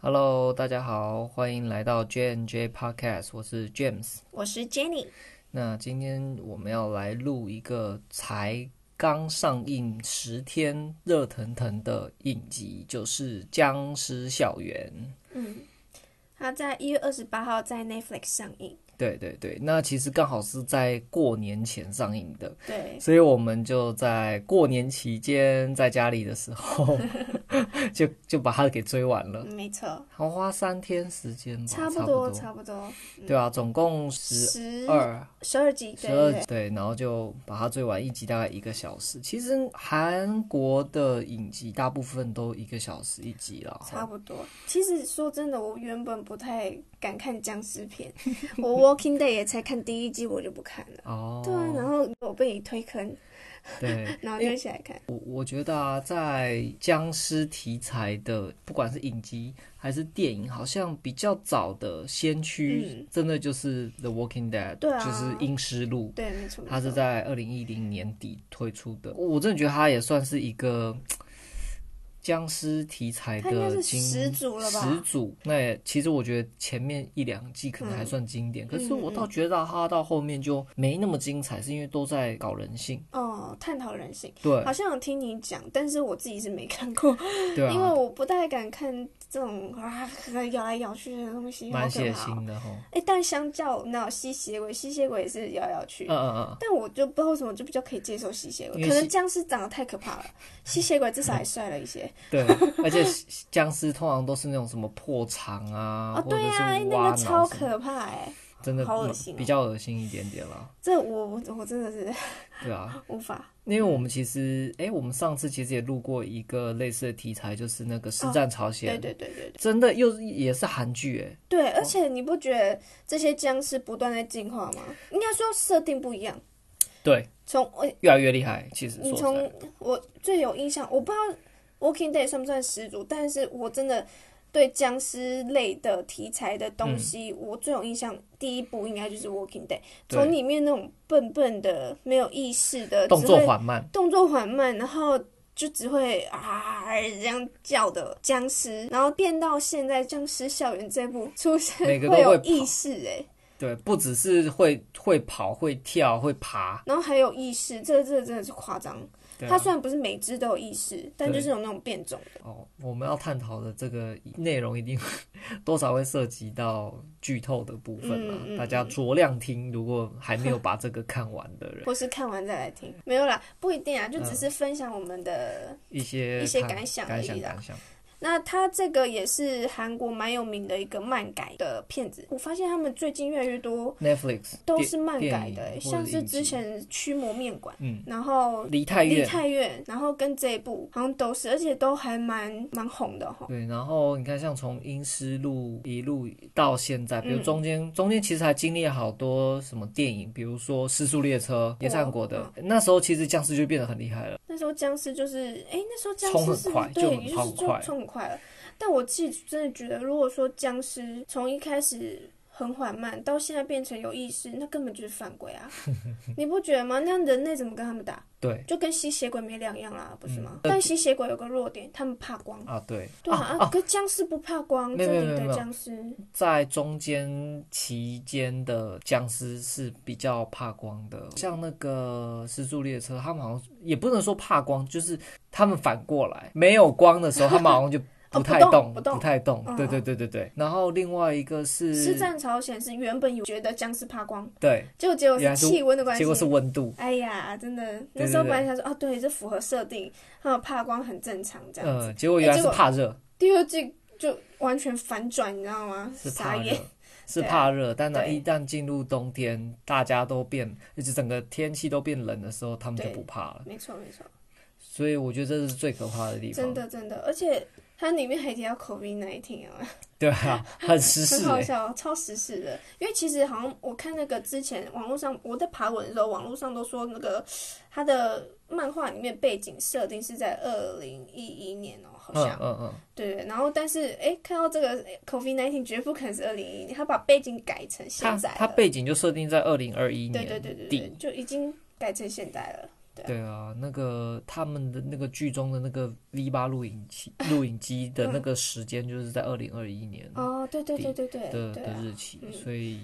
Hello，大家好，欢迎来到 J&J Podcast，我是 James。我是 Jenny，那今天我们要来录一个才刚上映十天热腾腾的影集，就是《僵尸校园》。它在一月二十八号在 Netflix 上映。对对对，那其实刚好是在过年前上映的，对，所以我们就在过年期间在家里的时候 就就把它给追完了，嗯没错，好花三天时间吧，差嗯差不多，差不多对啊，总共十十二。十二集，十对二对对，对，然后就把它追完一集，大概一个小时。其实韩国的影集大部分都一个小时一集了，差不多。其实说真的，我原本不太敢看僵尸 片，我 Walking Dead 也才看第一季，我就不看了。哦，对啊，然后我被你推坑，对， 然后就起来看。我我觉得啊，在僵尸题材的，不管是影集还是电影，好像比较早的先驱，嗯真的就是《The Walking Dead》，对啊就是《阴尸路》。对，没错，它是没错在二零一零年底推出的，哦我真的觉得它也算是一个僵尸题材它应该的是经始祖了吧始祖。那也其实我觉得前面一两季可能嗯还算经典，可是我倒觉得它到后面就没那么精彩，是因为都在搞人性。哦，探讨人性。对好像有听你讲，但是我自己是没看过，对因为啊，我不太敢看这种啊咬来咬去的东西，好蛮可血怕哦腥的哈。哎、但相较那种吸血鬼，吸血鬼也是摇摇去，嗯嗯但我就不知道为什么，我就比较可以接受吸血因鬼，为可能吸僵尸长得太可怕了，吸血鬼至少还帅了一些。嗯， 对。而且僵尸通常都是那种什么破肠啊，哦，或者对呀、啊，是那挖个超脑什么，可怕哎、真的嗯好恶心哦比较恶心一点点啦。这我我我真的是对啊，无法。因为嗯我们其实，哎、我们上次其实也录过一个类似的题材，就是那个实战朝鲜，哦对对对对对真的又是也是韩剧，哎，对，而且你不觉得这些僵尸不断在进化吗？应该说设定不一样，对，从我越来越厉害。其实你说实从呃在，我最有印象，我不知道《Walking Dead》算不算始祖，但是我真的对僵尸类的题材的东西，我最有印象第一部应该就是《Walking Dead》，嗯对从里面那种笨笨的、没有意识的，动只作会缓慢，动作缓慢，然后。就只会啊这样叫的僵尸，然后变到现在《僵尸校园》这部出现每个都会有会跑意识哎、对，不只是会会跑、会跳、会爬，然后还有意识，这这真的是夸张。对啊它虽然不是每只都有意识，但对就是有那种变种。哦，我们要探讨的这个内容一定 多少会涉及到剧透的部分啦，嗯嗯大家嗯酌量听。如果还 没有把这个看完的人，或是看完再来听，没有啦，不一定啊，就只嗯是分享我们的。一些一些看感想而感已想、啦感想，那它这个也是韩国蛮有名的一个漫改的片子，我发现他们最近越来越多 Netflix 都电是漫改的、欸电影或者像是影集之前《驱魔面馆》，嗯，然后。梨泰哦梨院。泰院，然后跟这一部好像都是，而且都还蛮蛮红的哈。对，然后你看，像从阴湿路一路到现在，比如嗯中间、中间其实还经历了好多什么电影，比如说《失速列车》也是韩国的，那时候其实僵尸就变得很厉害了。那时候僵尸就是，哎、那时候僵冲尸很是不快是对，就很就是跑很快就冲很快了。但我自己真的觉得，如果说僵尸从一开始很缓慢，到现在变成有意识，那根本就是犯 规啊！你不觉得吗？那人类怎么跟他们打？对就跟吸血鬼没两样啦，不是吗？嗯但吸血鬼有个弱点，他们怕光。啊，对对啊，啊可是僵尸不怕光，没有这里没有没的有僵尸在中间期间的僵尸是比较怕光的，像那个《失速列车》，他们好像也不能说怕光，就是他们反过来没有光的时候，他们好像就 哦不不太动动，不动太动。嗯对对嗯对对对。然后另外一个是是，战朝鲜是原本有觉得僵尸怕光，对，结果结果原来是是气温的关系，结果是温度。哎呀，真的，对那时候对本来想说，哦，对，这符合设定，还有怕光很正常这样子。嗯，结果原来哎是结果怕 热，第二季就完全反转，你知道吗？是傻怕热眼。， 是对啊怕热。但呢，对一旦进入冬天，大家都变，就是整个天气都变冷的时候，他们就对不怕了。没错没错，所以我觉得这是最可怕的地真方。的真的，而且它里面还提到 COVID 那一天啊，对啊，很时 很事好哎、笑，超时事的。因为其实好像我看那个之前网络上我在爬文的时候，网络上都说那个它的漫画里面背景设定是在二零一一年哦，好像嗯。嗯嗯，对对，然后但是哎，看到这个 COVID nineteen 绝不可能是二零一年，他把背景改成它现在它了背景就设定在二零二一对年对对对对底，，就已经改成现在了。对啊，那个他们的那个剧中的那个 V 八录影机，录影机的那个时间就是在二零二一年的嗯哦，对对对对对嗯的对日啊，期，嗯所以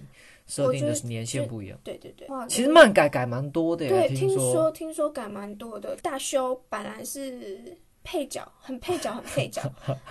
设定的年限不一样。对对对，哇，其那实个漫改改蛮多的耶，对，听啊听说说听说改蛮多的。大修本来是配角，很配角，很 配角，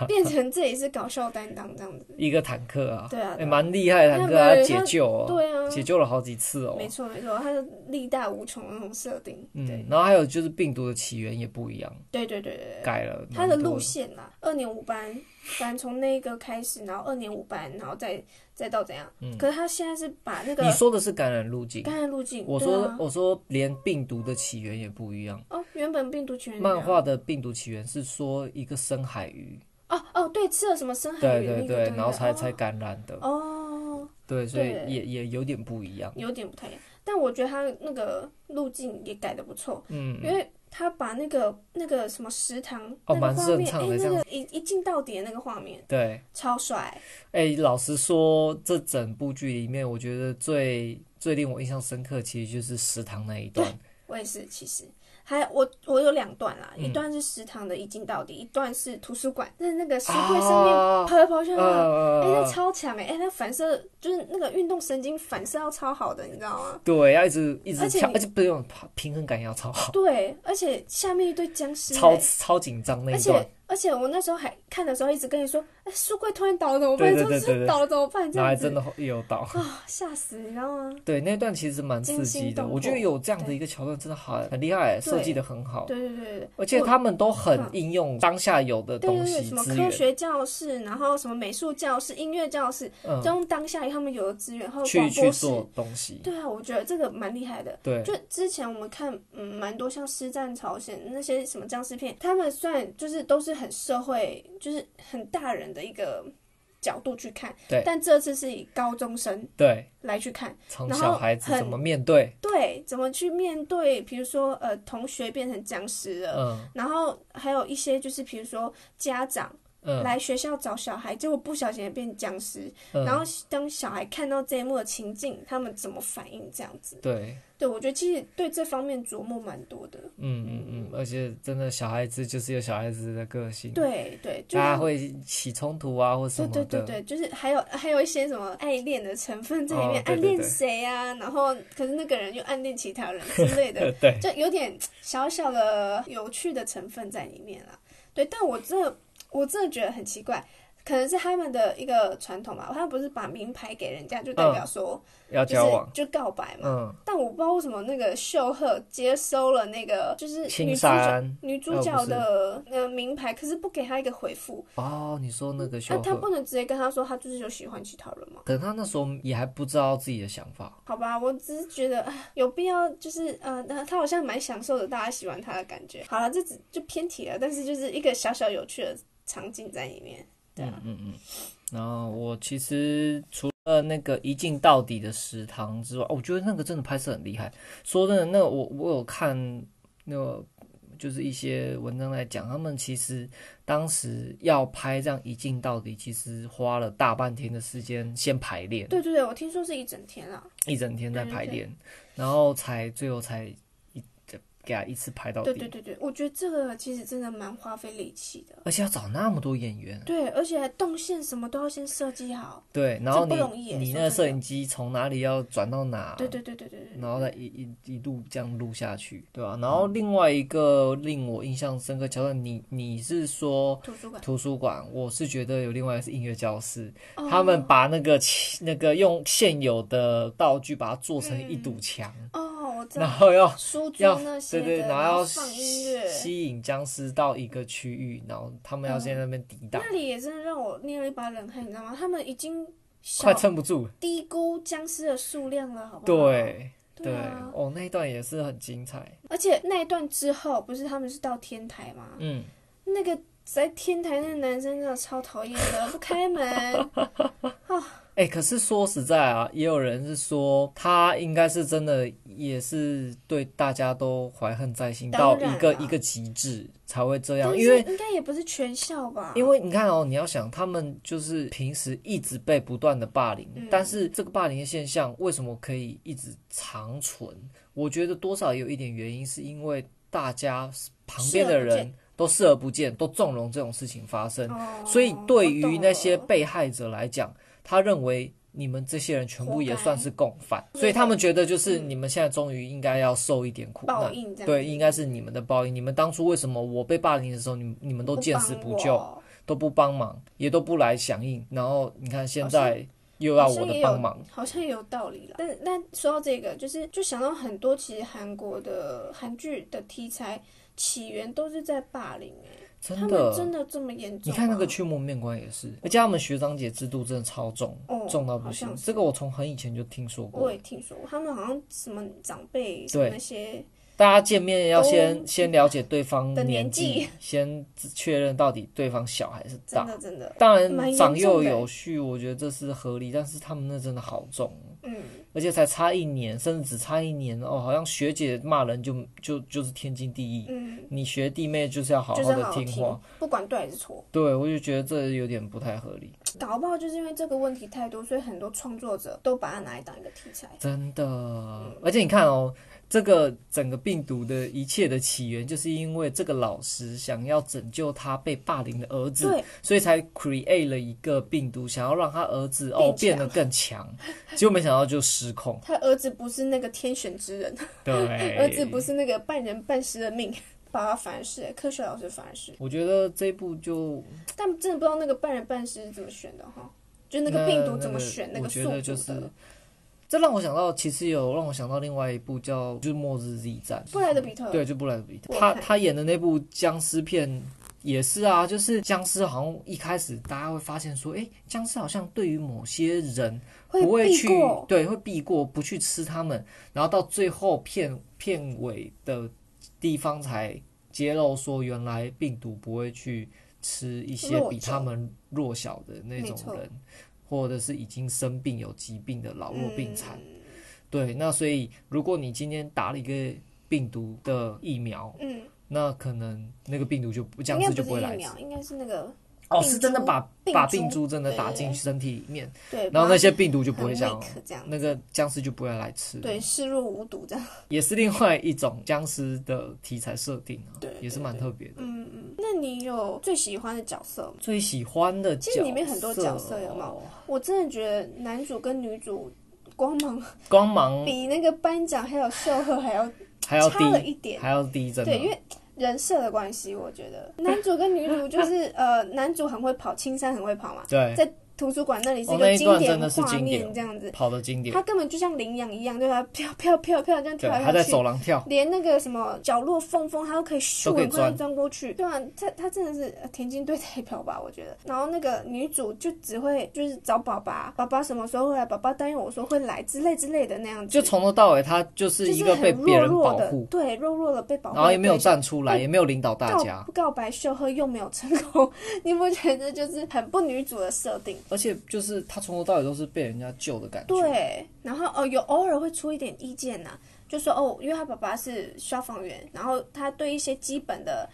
变成自己是搞笑担当这样子。一个坦克啊，对啊也蛮厉害的坦克啊，那么解救哦，对啊，解救了好几次哦没。错没错，它是力大无穷的那种设定。对嗯，然后还有就是病毒的起源也不一样，对对对对对，改了它的蛮多路线啦，二年五班，反正从那个开始，然后二年五班，然后再再到怎样？嗯可是他现在是把那个你说的是感染路径，感染路径，我对说、啊、我说连病毒的起源也不一样。哦，原本病毒起源是漫怎样画的病毒起源是说一个深海鱼，哦哦，对，吃了什么深海对鱼的那对个，对对，然后才哦才感染的，哦，对，所以对也也有点不一样。有点不太一样，但我觉得他那个路径也改的不错，嗯，因为他把那个那个什么食堂、哦那个蛮画顺面，哎、畅的这那样个一一镜到底的那个画面对，超帅，哎，老实说，这整部剧里面，我觉得最最令我印象深刻，其实就是食堂那一段。我也是，其实还我我有两段啦，嗯一段是食堂的一镜到底，一段是图书馆，但是那个石啊柜上面跑来跑去呃的那个。哎、那呃，超强哎、哎、那反射就是那个运动神经反射要超好的，你知道吗？对，要一直一直而且跳，你而且不用平衡感要超好，对，而且下面一堆僵尸、哦超哎超紧张那而一段且，而且我那时候还看的时候，一直跟你说，哎、书柜突然倒了怎么办？对对对就是对对倒了怎么办？这然后样还子真的有 到。啊，吓死你知道吗？对，那段其实蛮刺惊激心的，动魄我觉得有这样的一个桥段真的好很厉害，对设计的很好，对对对对对。而且我他们都很嗯应用当下有的对东对对，西什么资科源，学教室，然后什么美术教室、音乐教室，嗯这，种当下他们有的资源，还有去广去播室。做东西，对啊，我觉得这个蛮厉害的。对，就之前我们看，嗯，蛮多像《师战朝鲜》那些什么僵尸片，他们虽然就是都是很社会，就是很大人的一个角度去看，对但这次是以高中生对，来去看，从然小后孩子很怎么面对，对，怎么去面对，比如说呃，同学变成僵尸了，嗯然后还有一些就是比如说家长嗯，来学校找小孩，结果不小心也变僵尸，嗯然后当小孩看到这一幕的情境，他们怎么反应这样子？对，对我觉得其实对这方面琢磨蛮多的。嗯嗯嗯，而且真的小孩子就是有小孩子的个性，对对，就大家是。会起冲突啊或什对么对的，对对，就是还有还有一些什么爱恋的成分在里面，哦对对暗对恋谁啊？然后可是那个人又暗恋其他人之类的，呃 对就有点小小的有趣的成分在里面啦。对，但我真的我真的觉得很奇怪，可能是他们的一个传统吧。他们不是把名牌给人家，就代表说、嗯要就交往是，就告白嘛。嗯，但我不知道为什么那个秀赫接收了那个就是呃女青哦主角山女主角的呃名牌，可是不给她一个回复。哦，你说那个嗯那、秀她赫，不能直接跟她说她就是有喜欢其他人吗？可能他那时候也还不知道自己的想法，好吧，我只是觉得啊有必要，就是呃，她她好像蛮享受的，大家喜欢她的感觉。好了，这只就偏题了，但是就是一个小小有趣的场景在里面。对啊，嗯嗯嗯。然后我其实除了那个一镜到底的食堂之外，哦我觉得那个真的拍摄很厉害。说真的，那我我有看那个就是一些文章来讲，他们其实当时要拍这样一镜到底，其实花了大半天的时间先排练，对对对，我听说是一整天啦。一整天在对排对练，然后才最后才一给他一次拍到对对底，对对，我觉得这个其实真的蛮花费力气的。而且要找那么多演员。对，而且动线什么都要先设计好。对，然后这不容易你耶你说那个真摄的影机从哪里要转到哪，对对对对对对。然后再一一一路这样录下去，对吧、然后另外一个令我印象深刻桥段，你你是说图书馆，图书馆，我是觉得有另外一个是音乐教室，哦他们把那个器那个用现有的道具把它做成一堵墙，哦，我知然道后要书要桌那些对的，对，然后要放吸音乐，嗯吸引僵尸到一个区域，然后他们要先在那边抵挡，那里也真的让我捏了一把冷汗，你知道吗？他们已经快小撑不住了，低估僵尸的数量了，好不好？对。对啊，哦，那一段也是很精彩。而且那一段之后，不是他们是到天台吗？嗯， 那个在天台那个男生真的超讨厌的，不开门啊，哎、可是说实在啊，也有人是说他应该是真的，也是对大家都怀恨在心当到然一个啦一个极致才会这样，但因是为应该也不是全校吧？因为你看哦，你要想他们就是平时一直被不断的霸凌，嗯但是这个霸凌的现象为什么可以一直长存？我觉得多少有一点原因，是因为大家旁边的视而不人都视而不见，都纵容这种事情发生，哦所以对于那些我懂了被害者来讲，他认为。你们这些人全部活也该算是共犯，对所以他们觉得就是嗯你们现在终于应该要受一点苦难报，应这样，对，应该是你们的报应。你们当初为什么我被霸凌的时候，你们你们都见死不救，帮我。都不帮忙，也都不来响应？然后你看现好像在又要啊我的帮忙，好像也有道理了。但那说到这个，就是就想到很多其实韩国的韩剧的题材起源都是在霸凌、欸，他真们的。真的这么严重吗？你看那个驱魔面馆也是，而且他们学长姐制度真的超重，哦重到好不行像。是这个我从很以前就听说我过也，听说过，他们好像什么长辈什对么那些，大家见面要先都先了解对方的年纪，纪先确认到底对方小还是真大。的真的，当蛮然严长幼重的有序，我觉得这是合理，但是他们那真的好重哦。嗯，而且才差一年，甚至只差一年哦，好像学姐骂人就就就是天经地义，嗯，你学弟妹就是要好就是好的好听听话。，不管对还是错。对，我就觉得这有点不太合理，搞不好就是因为这个问题太多，所以很多创作者都把它拿来当一个题材。真的。嗯而且你看哦，这个整个病毒的一切的起源，就是因为这个老师想要拯救他被霸凌的儿子，对，所以才 create 了一个病毒，想要让他儿子哦变变强得更强，结果没想到就失 控。他儿子不是那个天选之人，对，儿子不是那个半人半尸的命， 爸爸反而是科学老师反而是，我觉得这一部就但真的不知道那个半人半尸是怎么选的哈，就那个病毒怎么选那个我宿觉主的，得就是，这让我想到，其实有让我想到另外一部叫就是《末日 Z 战》，布莱德比特，对，就布莱德比特，我他看他演的那部僵尸片。也是啊，就是僵尸好像一开始大家会发现说，诶，僵尸好像对于某些人不会避去过，对会避过，不去吃他们，然后到最后片片尾的地方才揭露说，原来病毒不会去吃一些弱比者他们弱小的那没种错人，或者是已经生病有疾病的老弱病残。嗯对，那所以如果你今天打了一个病毒的疫苗，嗯，那可能那个病毒就不应僵该尸不就是不会疫来苗，应该是那个哦，病是真的株把病把株病株真的对打对进对身体里面，对，然后那把些病毒就它不会很这样 weak 这样，那个僵尸就不会来吃，对，，视若无睹这样。 也是另外一种僵尸的题材设定啊，对也是对蛮对特别的。嗯嗯，那你有最喜欢的角色吗？最喜欢的角色哦，其实里面很多角色有没有我真的觉得男主跟女主光芒光芒比那个班长还有秀赫还要还要差了低，一点。还要低，啊真的对，因为人设的关系，我觉得 男主跟女主就是呃，男主很会跑，青山很会跑嘛，对在图书馆那里是哦那一个一经段真典的是画经典面这样子，跑的经典他，根本就像羚羊一样，对吧？飘飘飘飘这样对，跳还下在去走。廊跳，连那个什么角落缝缝，他都可以咻都可以很快钻就钻过去。对啊，他他真的是呃田径队代表吧，我觉得。然后那个女主就只会就是找爸爸，爸爸什么时候会来，爸爸答应我说会来之类之类的那样子，就从头到尾他就是就一是个被很别弱人弱保的，护，对，弱弱的被保护，然后也没有。站出来，对也没有领导大告家，告白秀赫又没有成功， 你不觉得就是很不女主的设定？而且就是他从头到尾都是被人家救的感觉，对，然后哦，有偶尔会出一点意见呐、就说哦，因为他爸爸是消防员，然后他对一些基本的，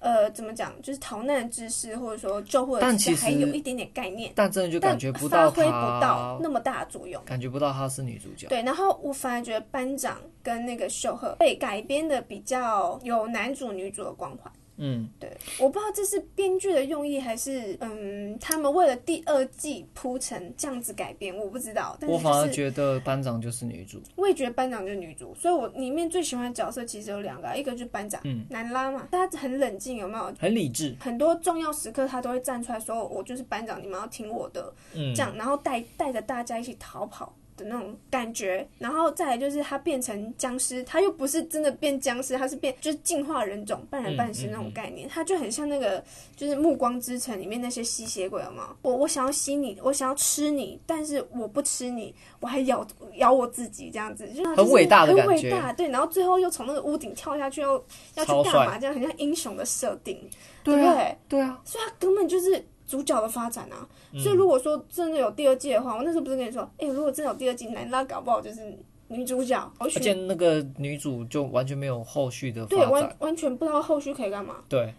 呃，怎么讲，就是逃难知识或者说救护的但知其识还实有一点点概念，但真的就但感觉不发到挥不到他，那么大的作用。感觉不到她是女主角。对，然后我反而觉得班长跟那个秀赫被改编的比较有男主女主的光环。嗯，对，我不知道这是编剧的用意，还是嗯，他们为了第二季铺陈这样子改编，我不知道。但是、就我是、反而觉得班长就是女主，我也觉得班长就是女主，所以我里面最喜欢的角色其实有两个，啊一个就是班长，嗯南拉嘛，他很冷静，有没有？很理智，很多重要时刻他都会站出来说：“我就是班长，你们要听我的。嗯这，样，然后带带着大家一起逃跑。的那种感觉，然后再来就是他变成僵尸，他又不是真的变僵尸，他是变就是进化人种半人半尸嗯嗯那种嗯概念，他就很像那个就是《暮光之城》里面那些吸血鬼，有吗？我我想要吸你，我想要吃你，但是我不吃你，我还咬咬我自己这样子，就很伟大的很感伟觉大，对，然后最后又从那个屋顶跳下去，要要去超大帅马，这样很像英雄的设定，对不啊，对？对啊，嗯所以他根本就是主角的发展啊。所以如果说真的有第二季的话，我那时候不是跟你说，哎、如果真的有第二季，难道搞不好就是女主角？我而且那个女主就完全没有后续的对，发展，完完全不知道后续可以干嘛。对，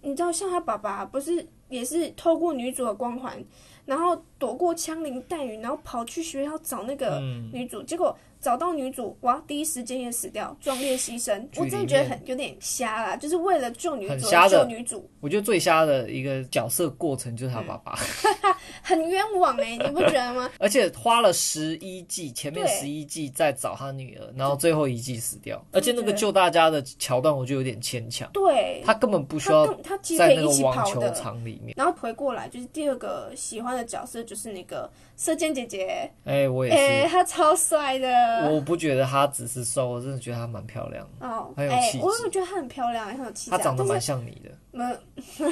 你知道，像他爸爸不是也是透过女主的光环，然后躲过枪林弹雨，然后跑去学校找那个嗯女主，结果找到女主，哇，第一时间也死掉，壮烈牺牲。剧我里面真的觉得很有点瞎啦，就是为了救女很主瞎而的救女主，我觉得最瞎的一个角色过程就是他爸爸，很冤枉哎、你不觉 得吗？而且花了十一季，前面对十一季在找他女儿，然后最后一季死掉，而且那个对救大家的桥段我就有点牵强，对，他根本不需他要更他其实在可那以个一起网跑球的。场里面。然后回过来，就是第二个喜欢的角色就是那个射箭姐姐，哎，我也哎、是，她超帅的。我不觉得她只是瘦，我真的觉得她蛮漂亮的，哦，很有哎、气我质有觉得她很漂亮，很有气质她啊。长得但是蛮像你的。没有，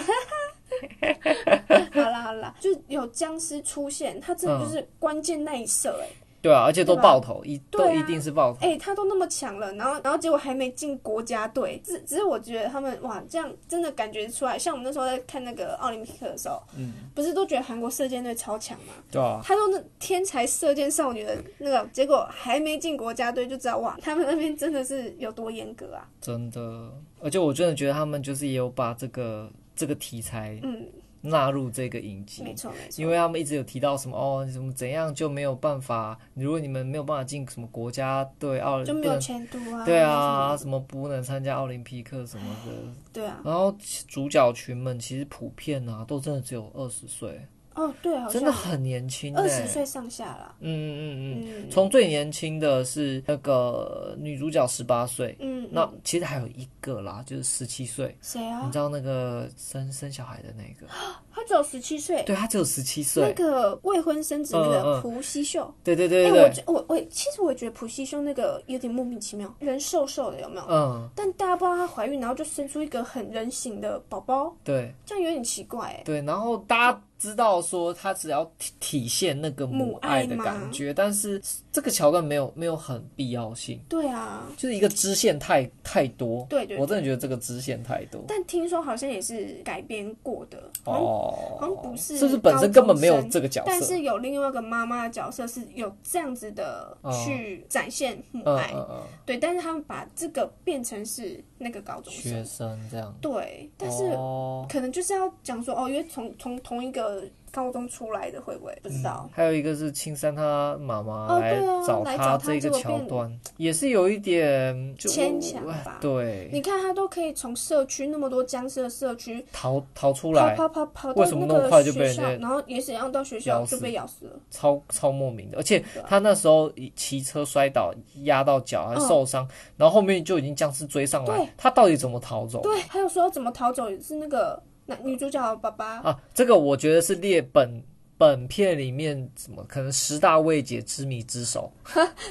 好啦好啦，就是有僵尸出现，他真的就是关键那一射哎、对啊，而且都对吧爆头，一对都啊一定是爆头。哎、他都那么强了，然后然后结果还没进国家队，只只是我觉得他们哇，这样真的感觉出来，像我们那时候在看那个奥林匹克的时候，嗯，不是都觉得韩国射箭队超强吗？对啊，他说那天才射箭少女的那个，结果还没进国家队就知道哇，他们那边真的是有多严格啊，真的，而且我真的觉得他们就是也有把这个这个题材嗯，纳入这个影集，没错没错，因为他们一直有提到什么哦，什么怎样就没有办法，如果你们没有办法进什么国家队奥，就没不有能前途啊，对什啊，么什么不能参加奥林匹克什么的，对啊，然后主角群们其实普遍啊，都真的只有二十岁，哦对，好像真的很年轻、欸，二十岁上下啦。嗯，嗯嗯嗯，嗯从最年轻的是那个女主角十八岁，嗯，那嗯其实还有一个啦，就是十七岁。谁你啊？知道那个生生小孩的那个，他只有十七岁，对他只有十七那岁，个未婚生子那嗯嗯个朴熙秀。对对对哎，对我对，觉我我其实我觉得朴熙秀那个有点莫名其妙，人瘦瘦的有没有？嗯，但大家不知道她怀孕，然后就生出一个很人形的宝宝，对这样有点奇怪哎。对。然后大家知道说他只要体体现那个母爱的感觉，但是这个桥段没有没有很必要性，对啊，就是一个支线太太多。对对我真的觉得这个支线太多但听说好像也是改编过的，好像哦，好像不是是不是本身根本没有高中生这个角色？但是有另外一个妈妈的角色是有这样子的哦去展现母嗯爱，嗯嗯，对，但是他们把这个变成是那个高中学生，生这样。对，但是哦可能就是要讲说哦，因为从从同一个高中出来的会不会不知道？还有一个是青山他妈妈哦来对啊找来找他这个结果桥变段，也是有一点就牵强哎吧对，你看他都可以从社区那么多僵尸的社区逃逃出跑来，跑跑跑为到什么那那么快个就被学人家校，然后也是要到学咬校死就被咬死了。超超莫名的，而且对啊他那时候骑车摔倒，压到脚还嗯受伤，然后后面就已经僵尸追上对来，他到底怎么逃走？对，还有说怎么逃走也是那个男女主角的爸爸，啊，这个我觉得是列本本片里面怎么可能十大未解之谜之首，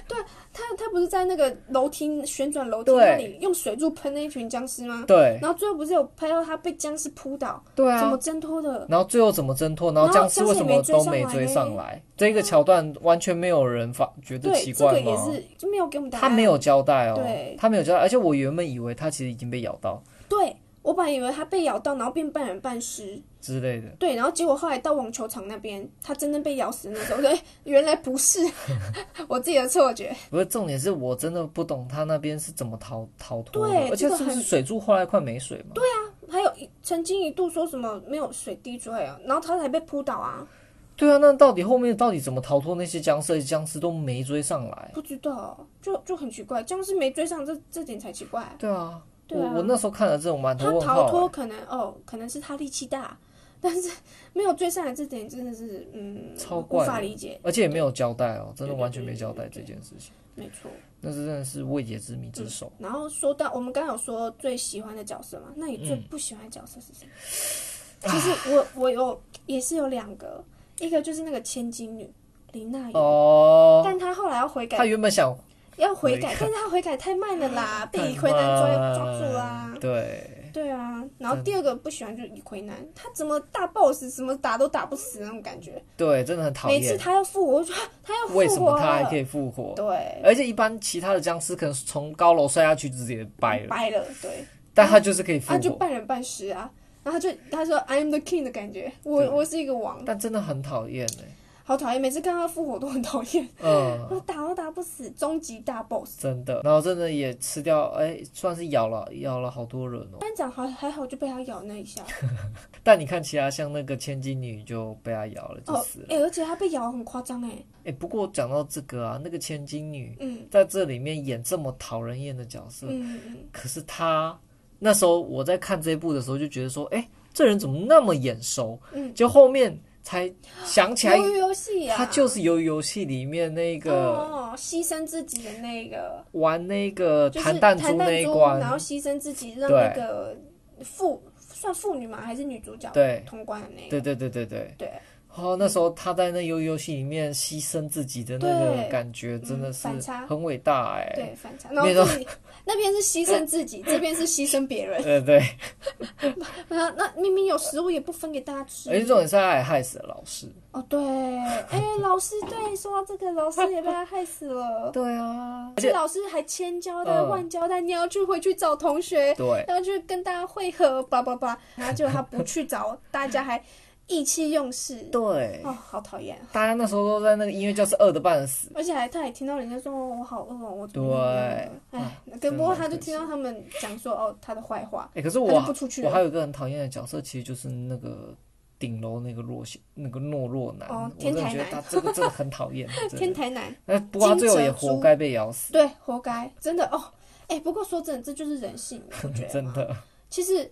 他他不是在那个楼梯旋转楼梯对那里用水柱喷那一群僵尸吗？对然后最后不是有拍到他被僵尸扑倒，对怎啊么，挣脱的？然后最后怎么挣脱？然后然僵后尸为什么都没追上僵尸也没追上来？这个桥段完全没有人发觉得啊对，奇这个怪也吗？是就没有给我们答案。他没有交代哦对，他没有交代，而且我原本以为他其实已经被咬到对，我本来以为他被咬到，然后变半人半尸。之类的，对，然后结果后来到网球场那边，他真正被咬死那时候，对， 原来不 是我自己的错觉。不是重点是我真的不懂他那边是怎么逃逃脱的，对而且这个是不是很啊水柱后来快没水嘛？对，还有一曾经一度说什么没有水滴出来啊，然后他才被扑倒啊，啊，那到底后面到底怎么逃脱？那些僵尸僵尸都没追上来，不知道，就就很奇怪，僵尸没追上这这点才奇怪、对啊，对啊我我那时候看了这种满头他问逃号脱欸，可能哦，可能是他力气大，但是没有追上来这点真的是嗯，超无怪法的理解，而且也没有交代哦，真的对对完全对没对交代这对件事情，没错。那是真的是未解之谜之首。然后说到我们刚刚有说最喜欢的角色嘛，那你最不喜欢的角色是谁？其实我我有也是有两个，一个就是那个千金女林娜瑶，哦，但她后来要悔他改，原本想要悔改悔改，但是她悔改太慢了啦，被干李逵男抓嘛抓住啊啦。对，对啊，然后第二个不喜欢就是李逵男，他怎么大 boss 怎么打都打不死那种感觉，对，真的很讨每次厌。他要复活，我就说 啊他要复活为什么他还可以？以哎复活？对，而且一般其他的僵尸可能从高楼摔下去直接掰了，掰了，对，但他就是可以复啊就活。半人半尸啊。然后他就他说 I am the king 的感觉，我对我是一个王，但真的很讨厌哎，好讨厌，每次看到他复活都很讨厌，嗯，我打都打不死，终极大 boss。真的，然后真的也吃掉，哎，算是咬了咬了好多人哦。班长还还好就被他咬那一下，但你看其他像那个千金女就被它咬了就哦死，了。哎、而且他被咬很夸张哎，哎、不过讲到这个啊，那个千金女嗯在这里面演这么讨人厌的角色，嗯嗯，可是她那时候我在看这一部的时候就觉得说，哎、这人怎么那么眼熟？嗯就后面才想起来鱿，鱼游戏呀，她就是由游戏里面那个哦，牺牲自己的那个，玩那个就是弹弹弹珠，那一然关后，牺牲自己让对那个妇算妇女嘛还是女主角对通关的那个，对对对对对。对哦，那时候她在那游游戏里面牺牲自己的那个对感觉，真的嗯是反差很伟大哎、对反差，然后那种这里那边是牺牲自己，这边是牺牲别人， 呃对对，然后那明明有食物也不分给大家吃，而哎且这种是她还害死了老师。哦，对，哎、老师，对，说到这个，老师也被他害死了。 对啊，而且老师还千交代嗯万交代，你要去回去找同学， 对，要去跟大家会合，叭叭叭。然后结果他不去找，大家还意气用事，对哦，，好讨厌。大家那时候都在那个音乐教室饿的半死。而且还他也听到人家说、哦、我好饿哦，我怎么对样哎，真跟的不过蛮他就可惜听到他们讲说哦他的坏话，哎、可是他我就不出去我了还有一个很讨厌的角色，其实就是那个顶楼那个弱小那个懦弱男，哦我真的天台觉得男他这个真的很讨 厌。真天的，台男哎，不过他最后也金蛇活珠该被咬死，对，活该，真的哦。哎，不过说真的，这就是人性，我觉 得真的。其实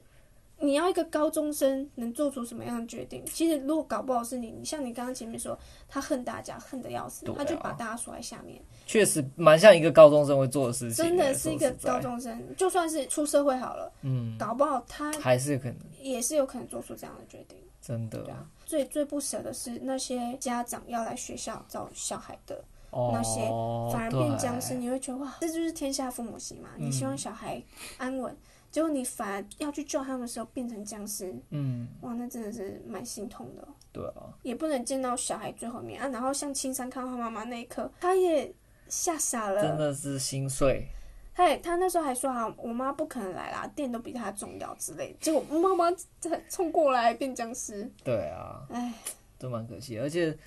你要一个高中生能做出什么样的决定？其实如果搞不好是你，你像你刚刚前面说，他恨大家恨得要死，对啊他就把大家锁在下面，确实蛮像一个高中生会做的事情，真的哎是一说个实在高中生，就算是出社会好了，嗯，搞不好他还是可能也是有可能做出这样的决定。真的对啊，最最不舍的是那些家长要来学校找小孩的，哦，那些反而变僵尸，对你会觉得哇，这就是天下父母心嘛，嗯你希望小孩安稳。结果你反而要去救他们的时候变成僵尸，嗯，哇，那真的是蛮心痛的哦。对啊，也不能见到小孩最后面啊。然后像青山看到他妈妈那一刻，他也吓傻真了。的是心碎，他也他那时候还说啊，我妈不可能来啦，电都比她重要之类的。结果妈妈再冲过来变僵尸，对啊，哎，都蛮可惜。而且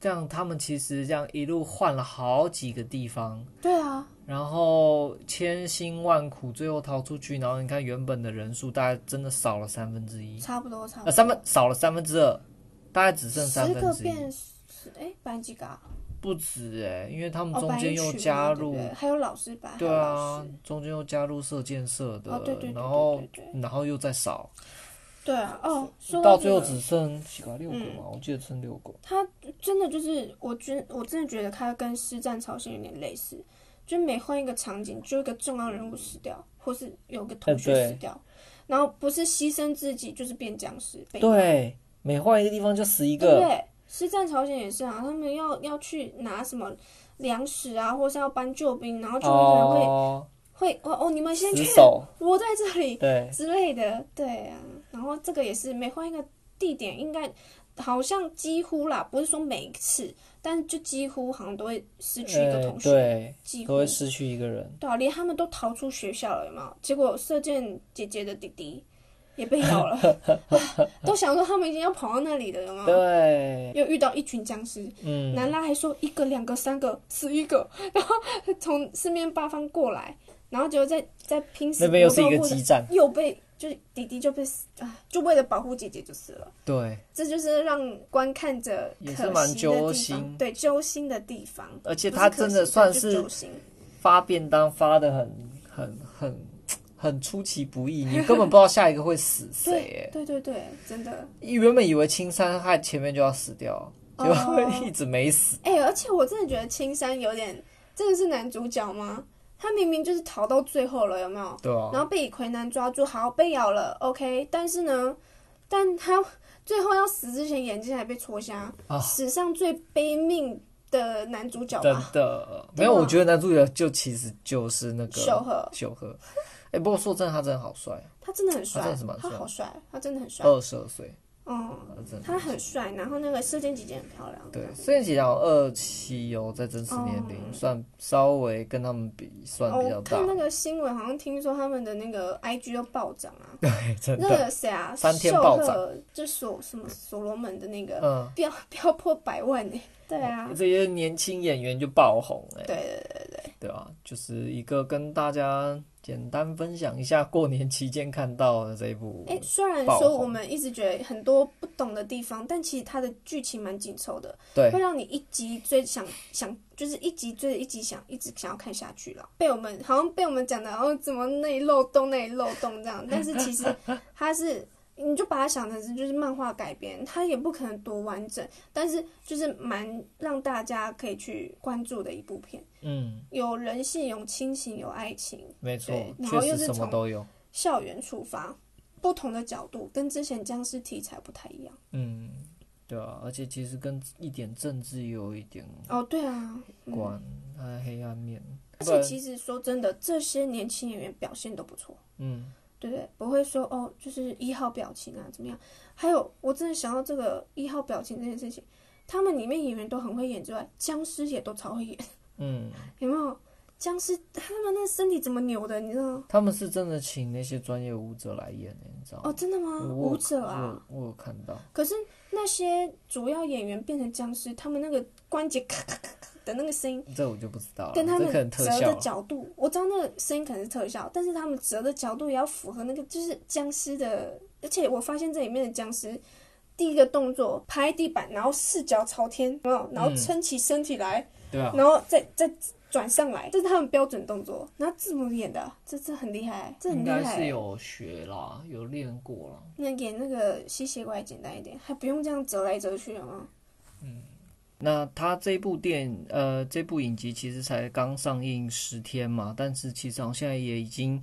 这样他们其实这样一路换了好几个地方，对啊，然后千辛万苦最后逃出去，然后你看原本的人数大概真的少了三分之一，差不多差不呃，多。三分少了三分之二，大概只剩三十分个之一，变十，哎，班几个啊？不止哎、因为他们哦，中班间一又群嘛加对不入。对还有老师班，还对有老啊师，，中间又加入射箭社的，哦，对对对对然后对对，然后又再少，对啊，哦，说到这最后个只剩几个六个嗯嘛，我记得剩六个。他真的就是，我觉我真的觉得他跟《师战朝鲜》有点类似，就每换一个场景，就有一个重要人物死掉，或是有个同学哎对死掉，然后不是牺牲自己，就是变僵尸，被对，每换一个地方就死一对不个。对？《师战朝鲜》也是啊，他们要要去拿什么粮食啊，或是要搬救兵，然后就有一个人会、哦，会哦哦，你们先死去，守，我在这里 对，之类的，对啊。然后这个也是每换一个地点，应该好像几乎啦，不是说每一次，但就几乎好像都会失去一个呃同学，对，几都乎会。失去一个人。对啊，连他们都逃出学校了，有没有？结果射箭姐姐的弟弟也被咬 了，唉都想说他们已经要跑到那里了，有没有？对，又遇到一群僵尸，嗯，南拉还说一个、两个、三个、十一个，然后从四面八方过来，然后结果在在拼死那边又搏是一斗个过程激战。又被就是弟弟就被啊，就为了保护姐姐就死了，对，这就是让观看者也是可惜蛮的地揪方心对揪心的地方。而且不是他可真惜啊的算就是揪心，发便当发的很很很很出其不意，你根本不知道下一个会 死谁对。对对对，真的。哎原本以为青山害前面就要死掉，结果哦 一直没死。哎、而且我真的觉得青山有点，这个是男主角吗？他明明就是逃到最后了，有没有？对啊，然后被魁南抓住，好被咬了，OK。但是呢，但他最后要死之前眼睛还被戳瞎，啊史上最悲命的男主角真吧。的没对有，我吧觉得男主角就其实就是那个啊秀赫秀赫。欸哎，不过说真的，他真的好帅，他真的很帅，他真的是蛮帅哦他好帅，他真的很帅。二十二岁。嗯，呃真的他很帅，然后那个《射箭姐姐》很漂亮。对，四年级讲二期哦，在真实年龄、算稍微跟他们比算比较哦，大，看那个新闻，好像听说他们的那个 IG 都暴涨啊。 对，真那的，个谁啊，三天秀暴赫涨就所什么所罗门的那个嗯，哦飙 飙破百万呢。对啊，这些年轻演员就爆红哎、对对对，对啊，就是一个跟大家简单分享一下过年期间看到的这一部，哎，虽然爆说红我们一直觉得很多不懂的地方，但其实它的剧情蛮紧凑的，对会，让你一集追想想，就是一集追着一集想，一直想要看下去了。被我们好像被我们讲的，然后怎么那里漏洞那里漏洞这样，但是 其实它是。你就把它想成是就是漫画改编，它也不可能多完整，但是就是蛮让大家可以去关注的一部片，嗯，有人性，有亲情，有爱情，没错对，然确后又实是什么从都有，校园出发，不同的角度，跟之前僵尸题材不太一样。嗯，对啊，而且其实跟一点政治也有一点哦，对啊，嗯、关，它的黑暗面，而不然且其实说真的，这些年轻演员表现都不错，嗯，对不对？不会说哦，就是一号表情啊怎么样？还有，我真的想到这个一号表情这件事情，他们里面演员都很会演之外，僵尸也都超会演， 嗯，有没有？僵尸他们那身体怎么扭的，你知道吗？他们是真的请那些专业舞者来演的，你知道吗？哦，真的吗？我有嗯舞者啊，我有我有看到，可是那些主要演员变成僵尸，他们那个关节咔咔咔咔的那个声音，这我就不知道了，跟他啊这可能们特折效啊的了，角度，我知道那个声音可能是特效，但是他们折的角度也要符合那个就是僵尸的。而且我发现这里面的僵尸，第一个动作拍地板，然后四脚朝天，有没有然后嗯撑起身体来，对啊，然后再再转上来，这是他们标准动作。那字母演的啊，这这很厉害，这很应厉该害是欸。有学啦，有练过啦。那演那个吸血鬼还简单一点，还不用这样折来折去，有吗？那他这部电呃这部影集其实才刚上映十天嘛，但是其实好像现在也已经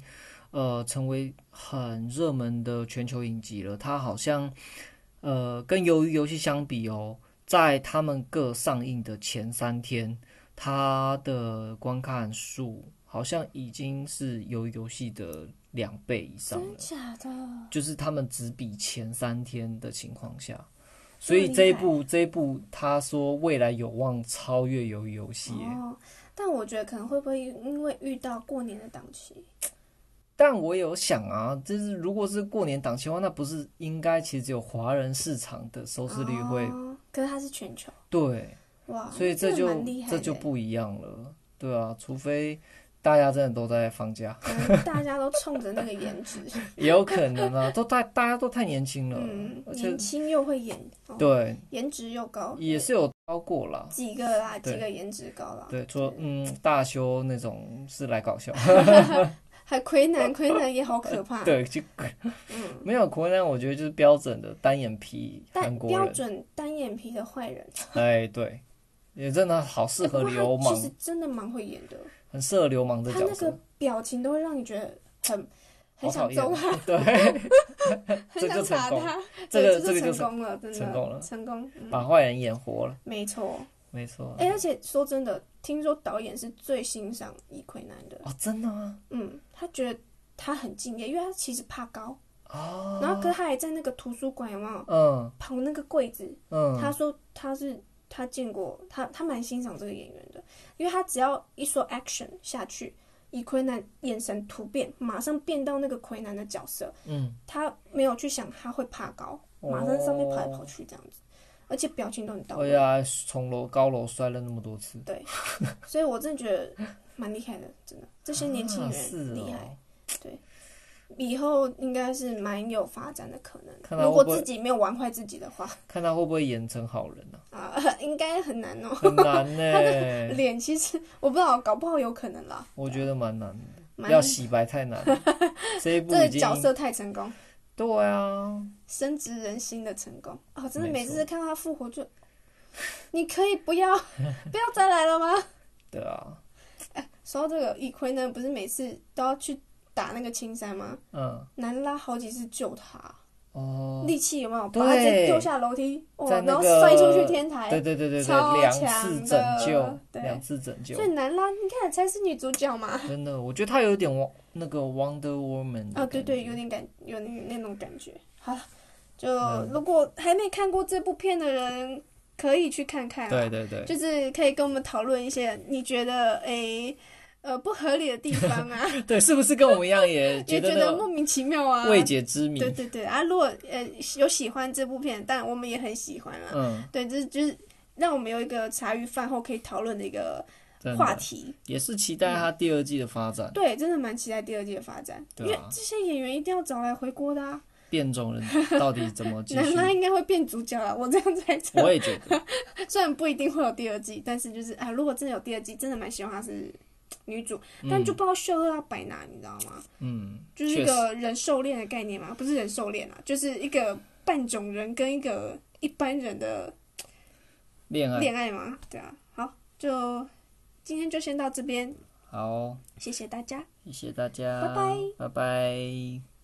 呃成为很热门的全球影集了。它好像呃跟《鱿鱼游戏》相比哦，在他们各上映的前三天，它的观看数好像已经是《鱿鱼游戏》的两倍以上了真。假的？就是他们只比前三天的情况下，这所么以这一厉害部这一部他说未来有望超越《鱿鱼游戏》耶哦，但我觉得可能会不会因为遇到过年的档期，但我有想啊，就是如果是过年档期的话，那不是应该其实只有华人市场的收视率会、哦可是它是全球，对，哇，所以这就个蛮厉害这的就不一样了，对啊，除非大家真的都在放 假，可能嗯大家都冲着那个颜 值，也有可能啊，都太大家都太年轻了，嗯，而且年轻又会演，哦、对颜值又高，也是有超过啦。几个啦，对几个颜值高啦，对，除了嗯大修那种是来搞笑， 还魁南，魁南也好可怕，，对，就嗯，没有国人，我觉得就是标准的单眼皮韩但国标人。准单眼皮的坏人，哎，对，也真的好适哎不合过流他其氓实，真的蛮会演的，很适合流氓的他角那色个。表情都会让你觉得很很好讨想揍厌他。， 对， 很想打他，这就成功这个这个对就就是是成功了，真的成功了成功，嗯把坏人演活了，没错。没错。哎，而且说真的，听说导演是最欣赏易奎南的，哦，真的吗？嗯，他觉得他很敬业，因为他其实怕高，哦，然后可是他还在那个图书馆有没有嗯跑那个柜子？他嗯，说他是他见过他，他蛮欣赏这个演员的，因为他只要一说 action 下去。易奎南眼神突变，马上变到那个奎南的角色，嗯，他没有去想他会怕高，马上上面跑来跑去这样子，而且表情都很到哎位，呀，从楼高楼摔了那么多次，所以我真的觉得蛮厉害的，真的，这些年轻啊人是厉害，哦，以后应该是蛮有发展的可看能。来如果会不会自己没有玩坏自己的话， 看他会不会演成好人呢？啊、应该很难哦。很 难他呢，脸其实我不知道，搞不好有可能啦，我觉得蛮难的，蛮要洗白太难 了。这一部这个已经角色太成功，对啊，深植人心的成功哦，真的没每错次看到他复活就， 你可以不要 不要再来了吗？对啊，说到这个，易奎呢不是每次都要去打那个青山吗？嗯。南拉好几次救他，哦，力气有没有？对把他直接丢下楼梯，哇、在那然后个摔出去天台。对对对对超对，两强次的拯救，对两次拯救所，以南拉，你看才是女主角嘛？真的，我觉得他有点 wo- 那个 Wonder Woman 的啊，对感对，觉有点感，有点那种感觉。好了，就嗯如果还没看过这部片的人，可以去看看、啊。对对对，就是可以跟我们讨论一些你觉得诶、呃不合理的地方 啊，对，是不是跟我们一样也也觉觉得得那种莫名其妙啊。未解之谜对？对对啊，如果呃有喜欢这部片，但我们也很喜欢啦。嗯，对，这就是让我们有一个茶余饭后可以讨论的一个真话的题。也是期待它第二季的发展。对，真的蛮期待第二季的发展，因对为啊这些演员一定要找来回锅的啊。变种 人到底怎么继男续？他应该会变主角啦，我这样猜测。我也觉得，虽然不一定会有第二季，但是就是啊，如果真的有第二季，真的蛮希望她是女主，但就不知道秀恩要摆哪，你知道吗？嗯， 就是一确实个人兽恋的概念嘛，不是人兽恋啊，就是一个半种人跟一个一般人的恋爱恋爱嘛，对啊。好，就今天就先到这边，好，谢谢大家。谢谢大家，拜拜，拜拜。